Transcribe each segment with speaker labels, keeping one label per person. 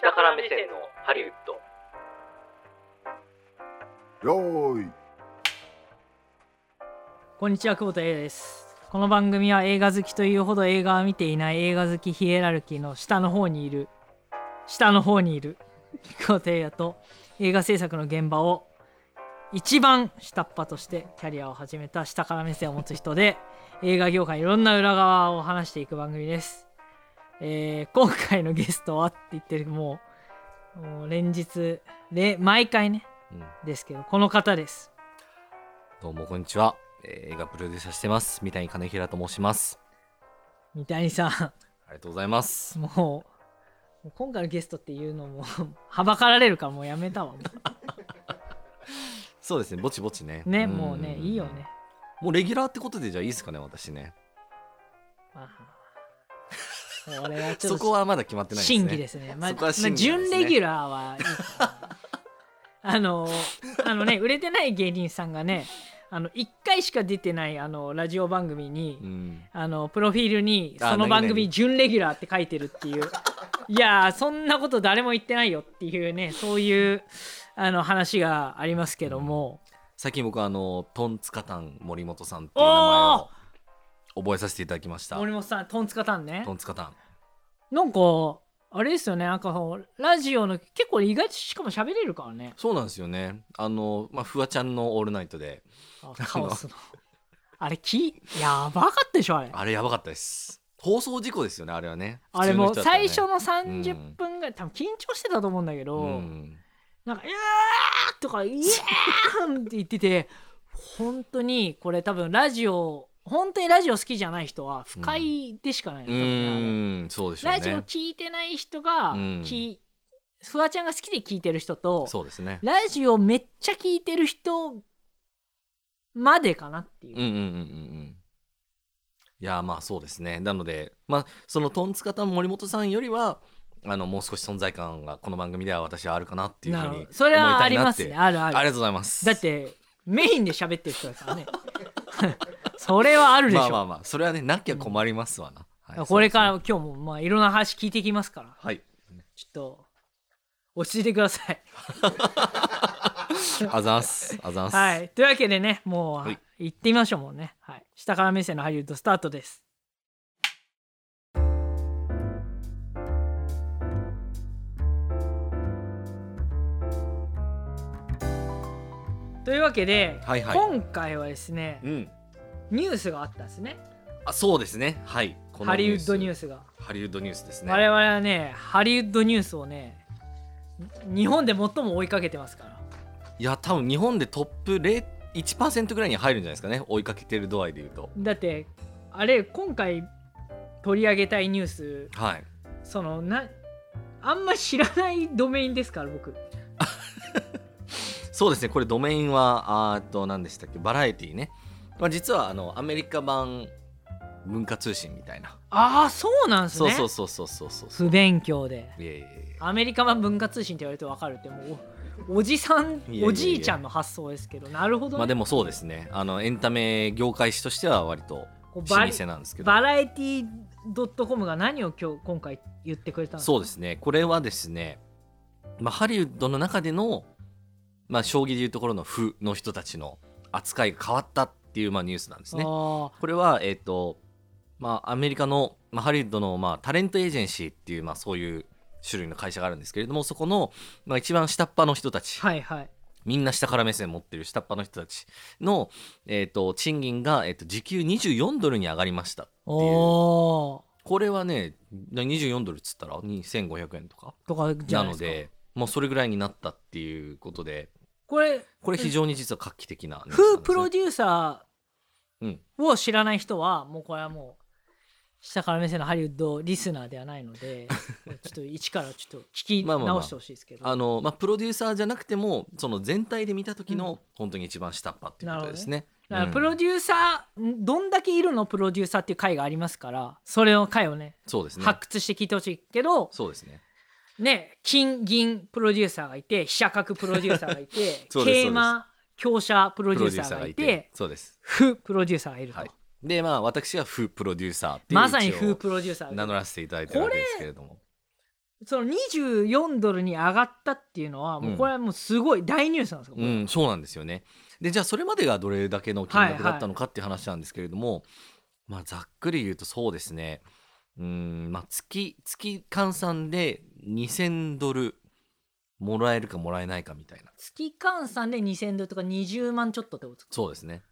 Speaker 1: 下から目線のハリウッド
Speaker 2: よーい
Speaker 3: こんにちは久保田 A ですこの番組は映画好きというほど映画は見ていない映画好きヒエラルキーの下の方にいる下の方にいる久保田 A と映画制作の現場を一番下っ端としてキャリアを始めた下から目線を持つ人で映画業界いろんな裏側を話していく番組です、えー今回のゲストはって言ってるもうもう連日れ毎回ね
Speaker 4: うん
Speaker 3: ですけどこの方です
Speaker 4: どうもこんにちは、えー映画プロデューサーしてます三谷金平と申します
Speaker 3: 三谷さん
Speaker 4: ありがとうございます
Speaker 3: もうもう今回のゲストっていうのも はばかられるからもうやめたわも
Speaker 4: そうですねぼちぼちね
Speaker 3: うね
Speaker 4: ん
Speaker 3: もうねいいよね
Speaker 4: もうレギュラーってことでじゃあいいですかね私ね
Speaker 3: ああ俺はちょっ
Speaker 4: そ
Speaker 3: と
Speaker 4: こはまだ決まってないですね
Speaker 3: 審議ですねまあ
Speaker 4: そこは
Speaker 3: ま
Speaker 4: 審
Speaker 3: あ
Speaker 4: 議なんですね
Speaker 3: 準レギュラーはいいかなあのあのね売れてない芸人さんがねあの1回しか出てないあのラジオ番組に、
Speaker 4: うん
Speaker 3: あのプロフィールに
Speaker 4: あ
Speaker 3: その番組
Speaker 4: 何々
Speaker 3: 準レギュラーって書いてるっ ていういやーそんなこと誰も言ってないよっていうねそういうあの話がありますけども、
Speaker 4: 最近僕はあのトンツカタン森本さんっていう名前を覚えさせていただきました
Speaker 3: 森本さんトンツカタンね
Speaker 4: トンツカタン
Speaker 3: なんかあれですよねなんかこうラジオの結構意外としかも喋れるからね
Speaker 4: そうなんですよねあのまあフワちゃんのオールナイトで
Speaker 3: あカオスのあれきやばかったでしょあれ
Speaker 4: あれやばかったです放送事故ですよねあれはね
Speaker 3: あれもう
Speaker 4: 普通の人だったらね
Speaker 3: 最初の30分ぐらい、多分緊張してたと思うんだけど、
Speaker 4: うん
Speaker 3: なんか「いやー!」とか「いやー!」って言ってて本当にこれ多分ラジオ本当にラジオ好きじゃない人は不快でしかない、
Speaker 4: う
Speaker 3: 多分ね
Speaker 4: ーんそうでしょうね
Speaker 3: ラジオ聞いてない人が、
Speaker 4: うん
Speaker 3: きフワちゃんが好きで聞いてる人と
Speaker 4: そうですね
Speaker 3: ラジオめっちゃ聞いてる人までかなっていう
Speaker 4: うん。うんうんうんうんいやまあそうですねなのでまあそのトンツカタン森本さんよりはあのもう少し存在感がこの番組では私はあるかなっていうふう
Speaker 3: な
Speaker 4: に
Speaker 3: るほ
Speaker 4: 思いたい
Speaker 3: ど。
Speaker 4: なって
Speaker 3: それはありますね。
Speaker 4: あ
Speaker 3: あるあ
Speaker 4: り
Speaker 3: る。
Speaker 4: がとうございます
Speaker 3: だって、メインで喋ってる人だからね。 それはあるでしょ。
Speaker 4: まあまあまあそれはねなきゃ困りますわな、はい
Speaker 3: これから、
Speaker 4: そうで
Speaker 3: 今日もまあいろんな話聞いていきますから、
Speaker 4: すねはい
Speaker 3: ちょっと、落ち着いてくださ い。
Speaker 4: あざーすあざーす、
Speaker 3: はい。というわけでね、も
Speaker 4: は
Speaker 3: う
Speaker 4: い、
Speaker 3: 行ってみましょうもうね。はい。下から目線のハリウッドスタートです。というわけで、
Speaker 4: はいはい
Speaker 3: 今回はですね
Speaker 4: うん
Speaker 3: ニュースがあったんですね
Speaker 4: あそうですねはいこの
Speaker 3: ハリウッドニュー
Speaker 4: ス
Speaker 3: スが、
Speaker 4: ハリウッドニュースですね
Speaker 3: 我々はねハリウッドニュースをね日本で最も追いかけてますから
Speaker 4: いや多分日本でトップ0.1%ぐらいに入るんじゃないですかね追いかけてる度合いで言うと
Speaker 3: だってあれ今回取り上げたいニュース
Speaker 4: はい
Speaker 3: そのなあんま知らないドメインですから僕
Speaker 4: そうですね、これドメインは、あーっと、何でしたっけ、バラエティね。まあ、実は、あの、アメリカ版文化通信みたいな。
Speaker 3: ああそうなんす
Speaker 4: そう
Speaker 3: ね
Speaker 4: そうそうそうそうそうそう。
Speaker 3: 不勉強で
Speaker 4: いやいやいや
Speaker 3: アメリカ版文化通信って言われてわかるってもうおおじさん
Speaker 4: いやいや
Speaker 3: おじいちゃんの発想ですけどなるほど、ね
Speaker 4: まあでもそうですね、あの、エンタメ業界史としては割と老
Speaker 3: こうバリ
Speaker 4: 舗なんですけど
Speaker 3: バ。ラエティドットコムが何を今日今回言ってくれたんですか
Speaker 4: そうですね、これはですね、まあ、ハリウッドの中での、まあ、将棋でいうところの負の人たちの扱いが変わったっていう、まあ、ニュースなんですね。
Speaker 3: あ
Speaker 4: これは、えっ、と、まあ、アメリカの、まあ、ハリウッドの、まあ、タレントエージェンシーっていう、まあ、そういう種類の会社があるんですけれども、そこの、まあ、一番下っ端の人たち、
Speaker 3: ーはいはい
Speaker 4: みんな下から目線持ってる下っ端の人たちの、えっ、と、賃金が、えっ、と、時給24ドルに上がりましたっていう。
Speaker 3: お
Speaker 4: これはね、な24ドルっつったら2500円とか
Speaker 3: ーとかじゃ
Speaker 4: な
Speaker 3: な
Speaker 4: の
Speaker 3: いですか
Speaker 4: で、もうそれぐらいになったっていうことで、
Speaker 3: これ
Speaker 4: これ非常に実は画期的なニュースなんですね、
Speaker 3: フープロデューサ
Speaker 4: うん
Speaker 3: ーを知らない人はもうこれはもう下から目線のハリウッドリスナーではないのでちょっと一からちょっと聞き
Speaker 4: まあまあまあ
Speaker 3: 直してほしいですけど、
Speaker 4: あのまあ、プロデューサーじゃなくてもその全体で見た時の本当に一番下っ端っていうことですね。
Speaker 3: だか
Speaker 4: うん
Speaker 3: らプロデューサー、んどんだけいるのプロデューサーっていう回がありますからそれの回をね
Speaker 4: そうですね。
Speaker 3: 発掘して聞いてほしいけど、
Speaker 4: そうですね。
Speaker 3: ね金銀プロデューサーがいて飛車角プロデューサーがい て
Speaker 4: そうです
Speaker 3: 桂馬強者プロデューサーがいて
Speaker 4: そうです。
Speaker 3: フプロデューサーがいると、
Speaker 4: はい。でまあ私はフープロデューサーっていう
Speaker 3: まさに
Speaker 4: 一応
Speaker 3: フープロデューサー
Speaker 4: 名乗らせていただいてるわけですけれども。
Speaker 3: その24ドルに上がったっていうのはもうこれはもうすごい大ニュースなんですか、こ
Speaker 4: う
Speaker 3: れ
Speaker 4: ん、そうなんですよね。でじゃあそれまでがどれだけの金額だったのかっていう話なんですけれども、まあ、ざっくり言うとそうですねうん、まあ、月月換算で2,000ドルもらえるかもらえないかみたいな
Speaker 3: 月換算で2000ドルとか20万ちょっとってことですか
Speaker 4: そうですね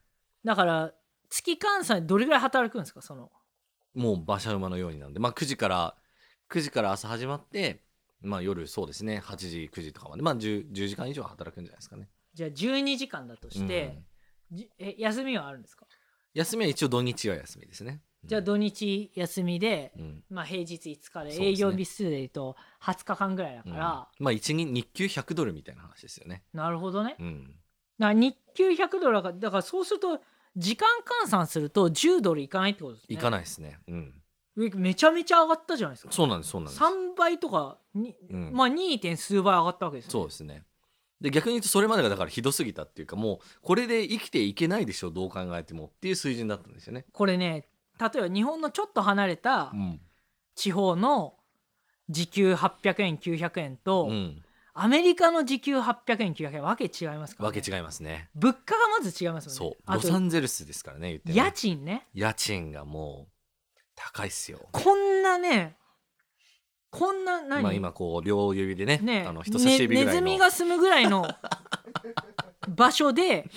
Speaker 3: だから月換算でどれぐらい働くんですかその
Speaker 4: もう馬車馬のようになんで、まあ、9時から9時から朝始まって、まあ、夜そうですね8時9時とかまで、まあ、10, 10時間以上は働くんじゃないですかね。
Speaker 3: じゃあ12時間だとして
Speaker 4: う、ん
Speaker 3: じえ休みはあるんですか
Speaker 4: 休みは一応土日は休みですね。
Speaker 3: じゃあ土日休みで、
Speaker 4: うん
Speaker 3: まあ、平日5日
Speaker 4: そうです
Speaker 3: で
Speaker 4: ね
Speaker 3: 営業日数で言うと20日間ぐらい
Speaker 4: う
Speaker 3: だか
Speaker 4: ん
Speaker 3: ら、
Speaker 4: まあ一日日給100ドルみたいな話ですよね。
Speaker 3: なるほどね
Speaker 4: うん、
Speaker 3: だから日給100ドルだからだからそうすると時間換算すると10ドルいかないってことですね
Speaker 4: いか
Speaker 3: な
Speaker 4: ないですね。うん、
Speaker 3: いめちゃめちゃ上がったじゃないですか
Speaker 4: そうなんですそうなんです。
Speaker 3: 3倍とかに、
Speaker 4: うん
Speaker 3: まあ 2. 点数倍上がったわけですよね
Speaker 4: そうですね。で逆に言うとそれまでがだからひどすぎたっていうかもうこれで生きていけないでしょどう考えてもっていう水準だったんですよね。
Speaker 3: これね例えば日本のちょっと離れた
Speaker 4: うん
Speaker 3: 地方の時給800円900円と、
Speaker 4: うん、
Speaker 3: アメリカの時給800円900円わけ違いますから、
Speaker 4: わ
Speaker 3: ね、
Speaker 4: け違いますね。
Speaker 3: 物価がまず違いますよね
Speaker 4: そう
Speaker 3: あ
Speaker 4: ロ
Speaker 3: と
Speaker 4: サンゼルスですからね言って、ね、
Speaker 3: 家賃ね
Speaker 4: 家賃がもう高いっすよ。
Speaker 3: こんなねこんな何、
Speaker 4: まあ今こう両指でね
Speaker 3: ね
Speaker 4: あの人差し指ぐら
Speaker 3: ねネズ
Speaker 4: い
Speaker 3: ミ
Speaker 4: の
Speaker 3: が住むぐらい の場所で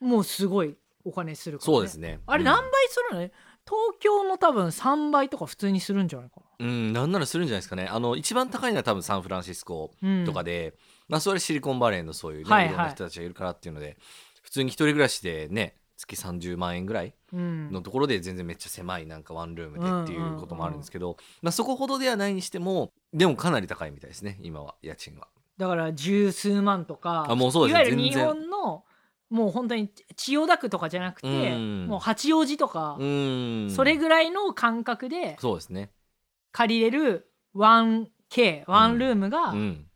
Speaker 3: もうすごいお金するから、ね、
Speaker 4: そうですね。
Speaker 3: あれ
Speaker 4: うん
Speaker 3: 何倍するのね、東京の多分3倍とか普通にするんじゃないか
Speaker 4: うん、なんならするんじゃないですかね。あの、一番高いのは多分サンフランシスコ
Speaker 3: な、うん
Speaker 4: とかで、まあ、それシリコンバレーのそういうね、
Speaker 3: はい
Speaker 4: い
Speaker 3: はい
Speaker 4: ろんな人たちがいるからっていうので、普通に一人暮らしでね、月30万円ぐらい
Speaker 3: うん
Speaker 4: のところで全然めっちゃ狭いなんかワンルームでっていうこともあるんですけど、まあ、そこほどではないにしても、でもかなり高いみたいですね、今は、家賃は。
Speaker 3: だから十数万とか
Speaker 4: あもうそうです
Speaker 3: わゆる
Speaker 4: 全然
Speaker 3: 日本のもう本当に千代田区とかじゃなくて
Speaker 4: うん
Speaker 3: もう八王子とか
Speaker 4: う、ーん。
Speaker 3: それぐらいの感覚で
Speaker 4: そうですね。
Speaker 3: 借りれる 1K ワンルーム
Speaker 4: う
Speaker 3: が
Speaker 4: ん。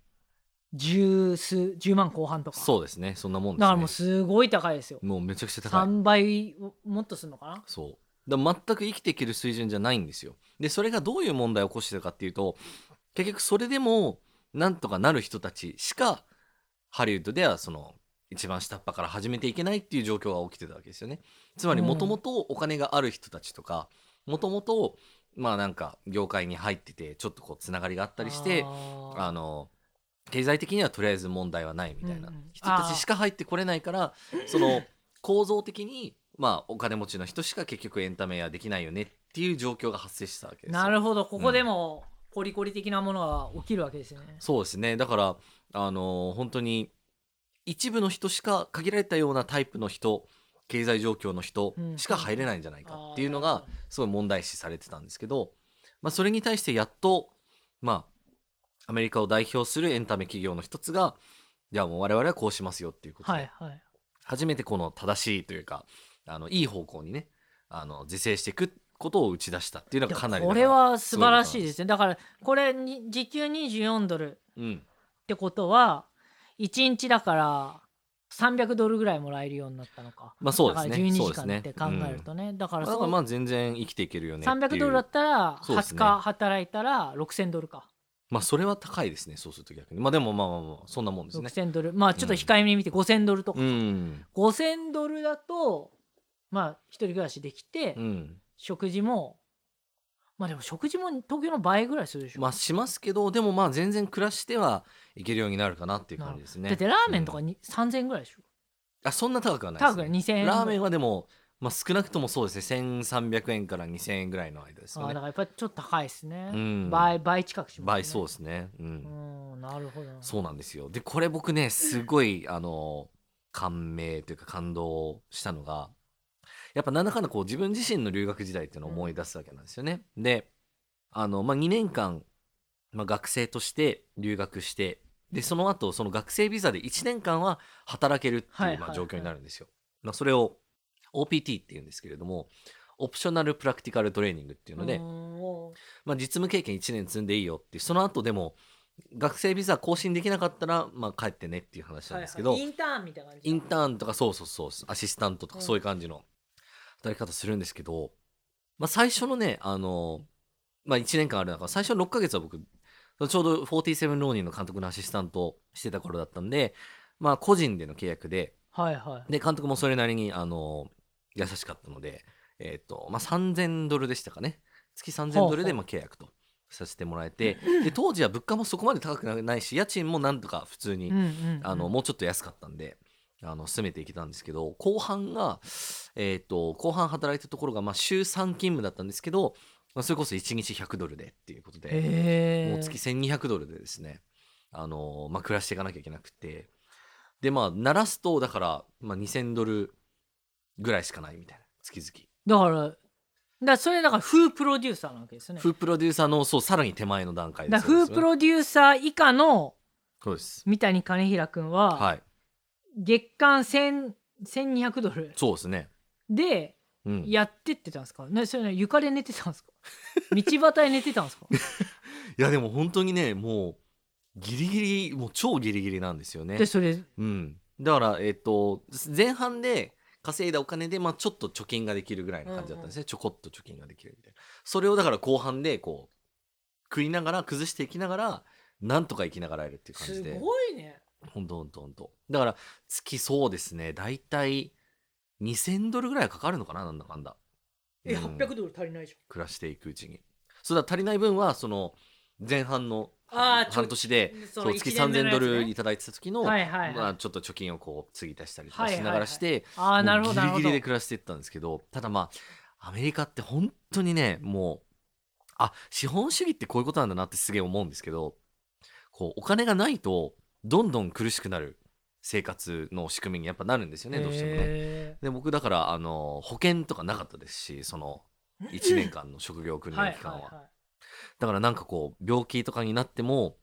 Speaker 3: 十数十万後半とか、
Speaker 4: そうですね、そんなもんですね。
Speaker 3: だからもうすごい高いですよ
Speaker 4: もうめちゃくちゃ高い。
Speaker 3: 3倍もっとするのかな
Speaker 4: そう。だから全く生きていける水準じゃないんですよ。で、それがどういう問題を起こしてたかっていうと、結局それでも、なんとかなる人たちしか、ハリウッドではその、一番下っ端から始めていけないっていう状況が起きてたわけですよね。つまり、
Speaker 3: うん
Speaker 4: もともとお金がある人たちとか、もともと、まあなんか、業界に入ってて、ちょっとこう、つながりがあったりして、
Speaker 3: あー
Speaker 4: あの経済的にはとりあえず問題はないみたいな
Speaker 3: うんうん
Speaker 4: 人たちしか入ってこれないから、その構造的に、まあ、お金持ちの人しか結局エンタメはできないよねっていう状況が発生したわけですよ
Speaker 3: なるほどここでもポリコリ的なものが起きるわけですよね、
Speaker 4: そうですねだからあの本当に一部の人しか限られたようなタイプの人経済状況の人
Speaker 3: うん
Speaker 4: しか入れないんじゃないかっていうの
Speaker 3: あ
Speaker 4: がすごい問題視されてたんですけど、まあ、それに対してやっとまあアメリカを代表するエンタメ企業の一つがじゃあもう我々はこうしますよっていうことで、
Speaker 3: はいはい
Speaker 4: 初めてこの正しいというかあのいい方向にねあの是正していくことを打ち出したっていうのがかなりだ
Speaker 3: こ
Speaker 4: から
Speaker 3: れ、は素晴らしいですねだからこれに時給24ドル
Speaker 4: うん、
Speaker 3: ってことは1日だから300ドルぐらいもらえるようになったのか
Speaker 4: まあそうですね
Speaker 3: だから12
Speaker 4: そうで
Speaker 3: 時
Speaker 4: す
Speaker 3: 間
Speaker 4: ね
Speaker 3: って考えるとねだから
Speaker 4: だ
Speaker 3: そ
Speaker 4: から
Speaker 3: う
Speaker 4: まあ全然生きていけるよねってい
Speaker 3: 300
Speaker 4: う
Speaker 3: ドルだったら
Speaker 4: そうです
Speaker 3: 20
Speaker 4: ね
Speaker 3: 日働いたら6000ドルか、
Speaker 4: まあそれは高いですねそうすると逆にまあでもまあまあまあそんなもんですね
Speaker 3: 6000ドルまあちょっと控えめに見て5000ドルとか、
Speaker 4: うん
Speaker 3: 5000ドルだとまあ一人暮らしできて、
Speaker 4: うん
Speaker 3: 食事もまあでも食事も東京の倍ぐらいするでしょ、
Speaker 4: まあしますけどでもまあ全然暮らしてはいけるようになるかなっていう感じですね
Speaker 3: だってラーメンとかに、3000円ぐらいでしょ
Speaker 4: あそんな高くはないで
Speaker 3: 高
Speaker 4: す、
Speaker 3: くない
Speaker 4: ね、
Speaker 3: 2000円
Speaker 4: ラーメンはでもまあ少なくともそうですね1300円から2000円ぐらいの間です
Speaker 3: あ
Speaker 4: よ
Speaker 3: ーだか
Speaker 4: ね
Speaker 3: らやっぱりちょっと高いですね、
Speaker 4: うん
Speaker 3: 倍倍近くしますね
Speaker 4: 倍そうですねう
Speaker 3: うんんなるほど
Speaker 4: そうなんですよでこれ僕ねすごいあの感銘というか感動したのがやっぱ何らかのこう自分自身の留学時代っていうのを思い出すわけなんですよね。であの、まあ、2年間、まあ、学生として留学してでその後その学生ビザで1年間は働けるっていう、
Speaker 3: はいはい
Speaker 4: まあ、
Speaker 3: はい
Speaker 4: 状況になるんですよ。まあ、それを OPT っていうんですけれどもオプショナルプラクティカルトレーニングっていうので、
Speaker 3: うん
Speaker 4: まあ、実務経験1年積んでいいよっていうその後でも学生ビザ更新できなかったら、まあ、帰ってねっていう話なんですけど、
Speaker 3: はいはいインターンみたいな感じ
Speaker 4: インターンとかそうそうそうアシスタントとか
Speaker 3: うん
Speaker 4: そういう感じの働き方するんですけど、まあ、最初のねあの、まあ、1年間ある中最初の6ヶ月は僕ちょうど47ローニーの監督のアシスタントをしてた頃だったんで、まあ個人での契約で、
Speaker 3: はいはい
Speaker 4: で、監督もそれなりに、あの、優しかったので、えっ、と、まあ、3000ドルでしたかね。月3000ドルで、
Speaker 3: ほ
Speaker 4: まあ、契約とさせてもらえて、で、当時は物価もそこまで高くないし、家賃もなんとか普通に、
Speaker 3: うんうん
Speaker 4: あの、もうちょっと安かったんで、あの、住めていけたんですけど、後半が、えっ、と、後半働いたところが、まあ、週3勤務だったんですけど、まあ、それこそ1日100ドルでっていうことで、
Speaker 3: へえ
Speaker 4: もう月1200ドルでですね、あのまあ、暮らしていかなきゃいけなくて、で、まあ、鳴らすと、だから、まあ、2000ドルぐらいしかないみたいな、月々。
Speaker 3: だからだからそれだからフープロデューサーなわけですよね
Speaker 4: フープロデューサーの、そう、さらに手前の段階で
Speaker 3: だ
Speaker 4: す。
Speaker 3: からフープロデューサー以下の
Speaker 4: そうです。
Speaker 3: 三谷兼平君は、
Speaker 4: はい。
Speaker 3: 月間1000 1200ドル
Speaker 4: そうですね。
Speaker 3: で
Speaker 4: うん。いや、
Speaker 3: やってってたんですか、ね、それね床で寝てたんですか道端で寝てたんですか
Speaker 4: でも本当にね、もう、ギリギリ、もう超ギリギリなんですよね
Speaker 3: で。それ
Speaker 4: うん。だから、えっ、と、前半で稼いだお金で、まあ、ちょっと貯金ができるぐらいの感じだったんですね。ちょこっと貯金ができるみたいな。それをだから後半で、こう、食いながら、崩していきながら、なんとか生きながらえるっていう感
Speaker 3: す
Speaker 4: じで。
Speaker 3: ごいね
Speaker 4: ほんとほんとほんと。だから、月そうですね、だいたい2000ドルぐらいはかかるのかな、なんだかんだ。
Speaker 3: え
Speaker 4: うん
Speaker 3: 800ドル足りないじ
Speaker 4: 暮らしていくうちに。そうだ、足りない分は、その、前半の
Speaker 3: あーちょ
Speaker 4: 半年で、
Speaker 3: ゃん
Speaker 4: そう月3000ドルいただいてた時の、
Speaker 3: はいはい
Speaker 4: ま
Speaker 3: は
Speaker 4: あ、
Speaker 3: い
Speaker 4: ちょっと貯金をこう継ぎ足したりとかしながらして、
Speaker 3: ああなるほどなる
Speaker 4: もう
Speaker 3: ほ
Speaker 4: ギリギリで
Speaker 3: ど
Speaker 4: 暮らしていったんですけどただまあアメリカって本当にねもうあ資本主義ってこういうことなんだなってすげえ思うんですけどこうお金がないとどんどん苦しくなる生活の仕組みにやっぱなるんですよねどうしてもね。
Speaker 3: へ
Speaker 4: で僕だからあの保険とかなかったですしその1年間の職業訓
Speaker 3: ーは
Speaker 4: 練
Speaker 3: い
Speaker 4: 期間
Speaker 3: はい
Speaker 4: は。
Speaker 3: は
Speaker 4: だからなんかこう、病気とかになっても、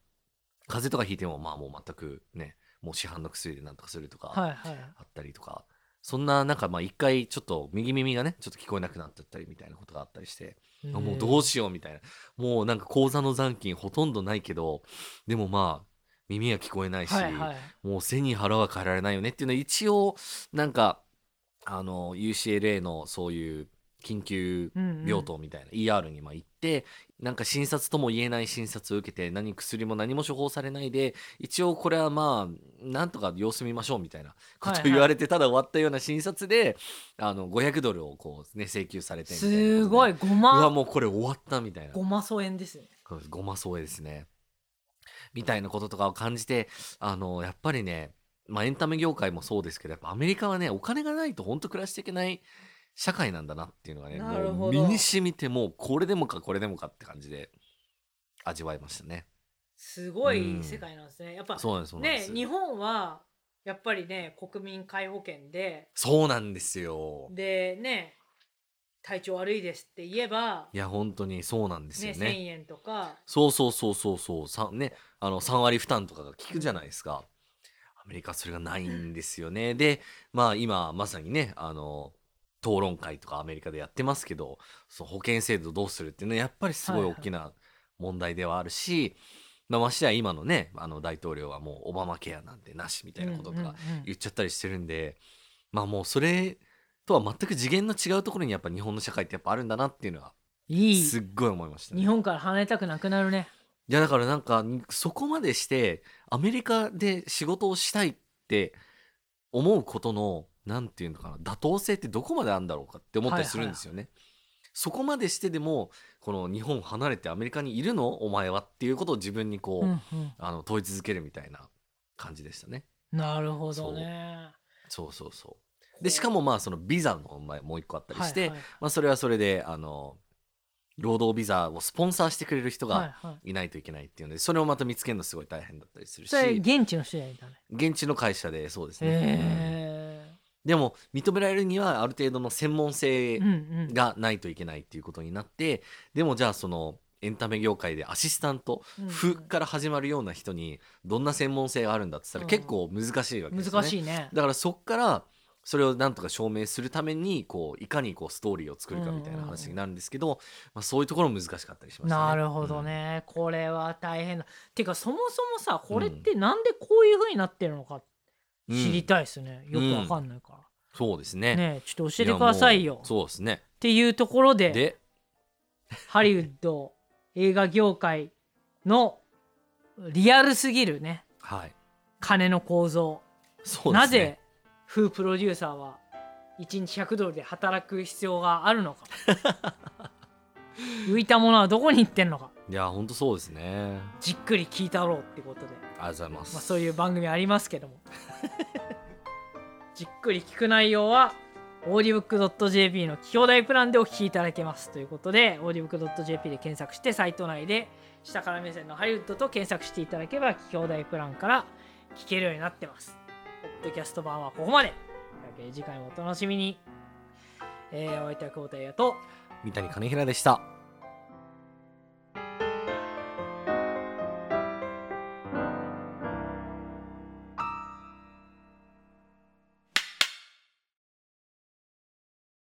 Speaker 4: 風邪とかひいても、まあもう全くね、もう市販の薬でなんとかするとか、
Speaker 3: いはいはい
Speaker 4: あったりとか、そんななんかまあ一回ちょっと右耳がね、ちょっと聞こえなくなっちゃったりみたいなことがあったりして、あもうどうしようみたいな。もうなんか口座の残金ほとんどないけど、でもまあ、耳は聞こえないし、
Speaker 3: はいはい
Speaker 4: もう背に腹は変えられないよねっていうのは一応、なんか、あの、UCLA のそういう緊急
Speaker 3: うんうん
Speaker 4: 病棟みたいな、ER にまあ行ってなんか診察とも言えない診察を受けて何薬も何も処方されないで一応これはまあなんとか様子見ましょうみたいなこ
Speaker 3: はい
Speaker 4: と
Speaker 3: はい
Speaker 4: 言われてただ終わったような診察で、あの500ドルをこうね請求されてみたいなことです
Speaker 3: ごい
Speaker 4: い
Speaker 3: 5
Speaker 4: うわ
Speaker 3: 万
Speaker 4: もうこれ終わったみたいな
Speaker 3: 5万総円ですね
Speaker 4: そうですごま添えですねみたいなこととかを感じてあのやっぱりねまあエンタメ業界もそうですけどやっぱアメリカはねお金がないと本当暮らしていけない社会なんだなっていうのがね
Speaker 3: なるほど
Speaker 4: もう身に染みてもうこれでもかこれでもかって感じで味わいましたね
Speaker 3: すご
Speaker 4: う
Speaker 3: い
Speaker 4: ん
Speaker 3: 世界なんですねやっぱ
Speaker 4: そうなんですそうなんで
Speaker 3: ね
Speaker 4: す、
Speaker 3: 日本はやっぱりね国民皆保険で
Speaker 4: そうなんですよ
Speaker 3: でね体調悪いですって言えば
Speaker 4: いや本当にそうなんです
Speaker 3: ね
Speaker 4: よ
Speaker 3: 1,000
Speaker 4: ね
Speaker 3: 円とか
Speaker 4: そうそうそうそうそうさねあの3割負担とかが効くじゃないですかアメリカはそれがないんですよねでまあ今まさにねあの討論会とかアメリカでやってますけどその保険制度どうするっていうのはやっぱりすごい
Speaker 3: は
Speaker 4: 大
Speaker 3: いはい
Speaker 4: きな問題ではあるし、まあ、ましてや今のねあの大統領はもうオバマケアなんてなしみたいなこととか
Speaker 3: うんうんうん
Speaker 4: 言っちゃったりしてるんで、まあもうそれとは全く次元の違うところにやっぱ日本の社会ってやっぱあるんだなっていうのはい
Speaker 3: い
Speaker 4: すっごい思いましたね
Speaker 3: 日本から離れたくなくなるね
Speaker 4: いやだからなんかそこまでしてアメリカで仕事をしたいって思うことのなんていうのかな妥当性ってどこまであるんだろうかって思ったりするんですよね。そこまでしてでもこの日本離れてアメリカにいるのお前はっていうことを自分にこう、
Speaker 3: うんうん
Speaker 4: あの問い続けるみたいな感じでしたね。
Speaker 3: なるほどね
Speaker 4: そうそうそう。でしかもまあそのビザの問題もう一個あったりして、
Speaker 3: はいはい
Speaker 4: まあ、それはそれであの労働ビザをスポンサーしてくれる人が、
Speaker 3: はいはい
Speaker 4: いないといけないっていうのでそれをまた見つけるのすごい大変だったりするし
Speaker 3: それ現地の人やいたね
Speaker 4: 現地の会社でそうですね、
Speaker 3: へ
Speaker 4: うんでも認められるにはある程度の専門性
Speaker 3: えうんうん
Speaker 4: がないといけないっていうことになってでもじゃあそのエンタメ業界でアシスタント
Speaker 3: うんうん
Speaker 4: 風から始まるような人にどんな専門性があるんだって言ったら結構難しいわけですよね。
Speaker 3: 難しいね
Speaker 4: だからそっからそれをなんとか証明するためにこういかにこうストーリーを作るかみたいな話になるんですけど、まあ、そういうところも難しかったりしましたね。
Speaker 3: なるほどね、これは大変だてかそもそもさこれってなんでこういう風になってるのか
Speaker 4: うん、
Speaker 3: 知り
Speaker 4: うん
Speaker 3: たいですね、よくわかんないから、
Speaker 4: そうです
Speaker 3: ねえちょっと教えてください
Speaker 4: や
Speaker 3: よ
Speaker 4: もう
Speaker 3: っ
Speaker 4: そうですね。
Speaker 3: ていうところで
Speaker 4: で、
Speaker 3: ハリウッド映画業界のリアルすぎるね
Speaker 4: はい
Speaker 3: 金の構造、
Speaker 4: そうですね
Speaker 3: なぜ風プロデューサーは1日100ドルで働く必要があ るのか浮いたものはどこに行ってんのか
Speaker 4: いや本当そうですね
Speaker 3: じっくり聞いたろうってことで、
Speaker 4: ありがとうございます、
Speaker 3: まあ、そういう番組ありますけども じっくり聞く内容は audiobook.jp の兄弟プランでお聞きいただけますということで audiobook.jp で検索してサイト内で下から目線のハリウッドと検索していただければ兄弟プランから聞けるようになってますポッドキャスト版はここまでというわけで次回もお楽しみに、えー、お相手は久保田彩と
Speaker 4: 三谷兼平でした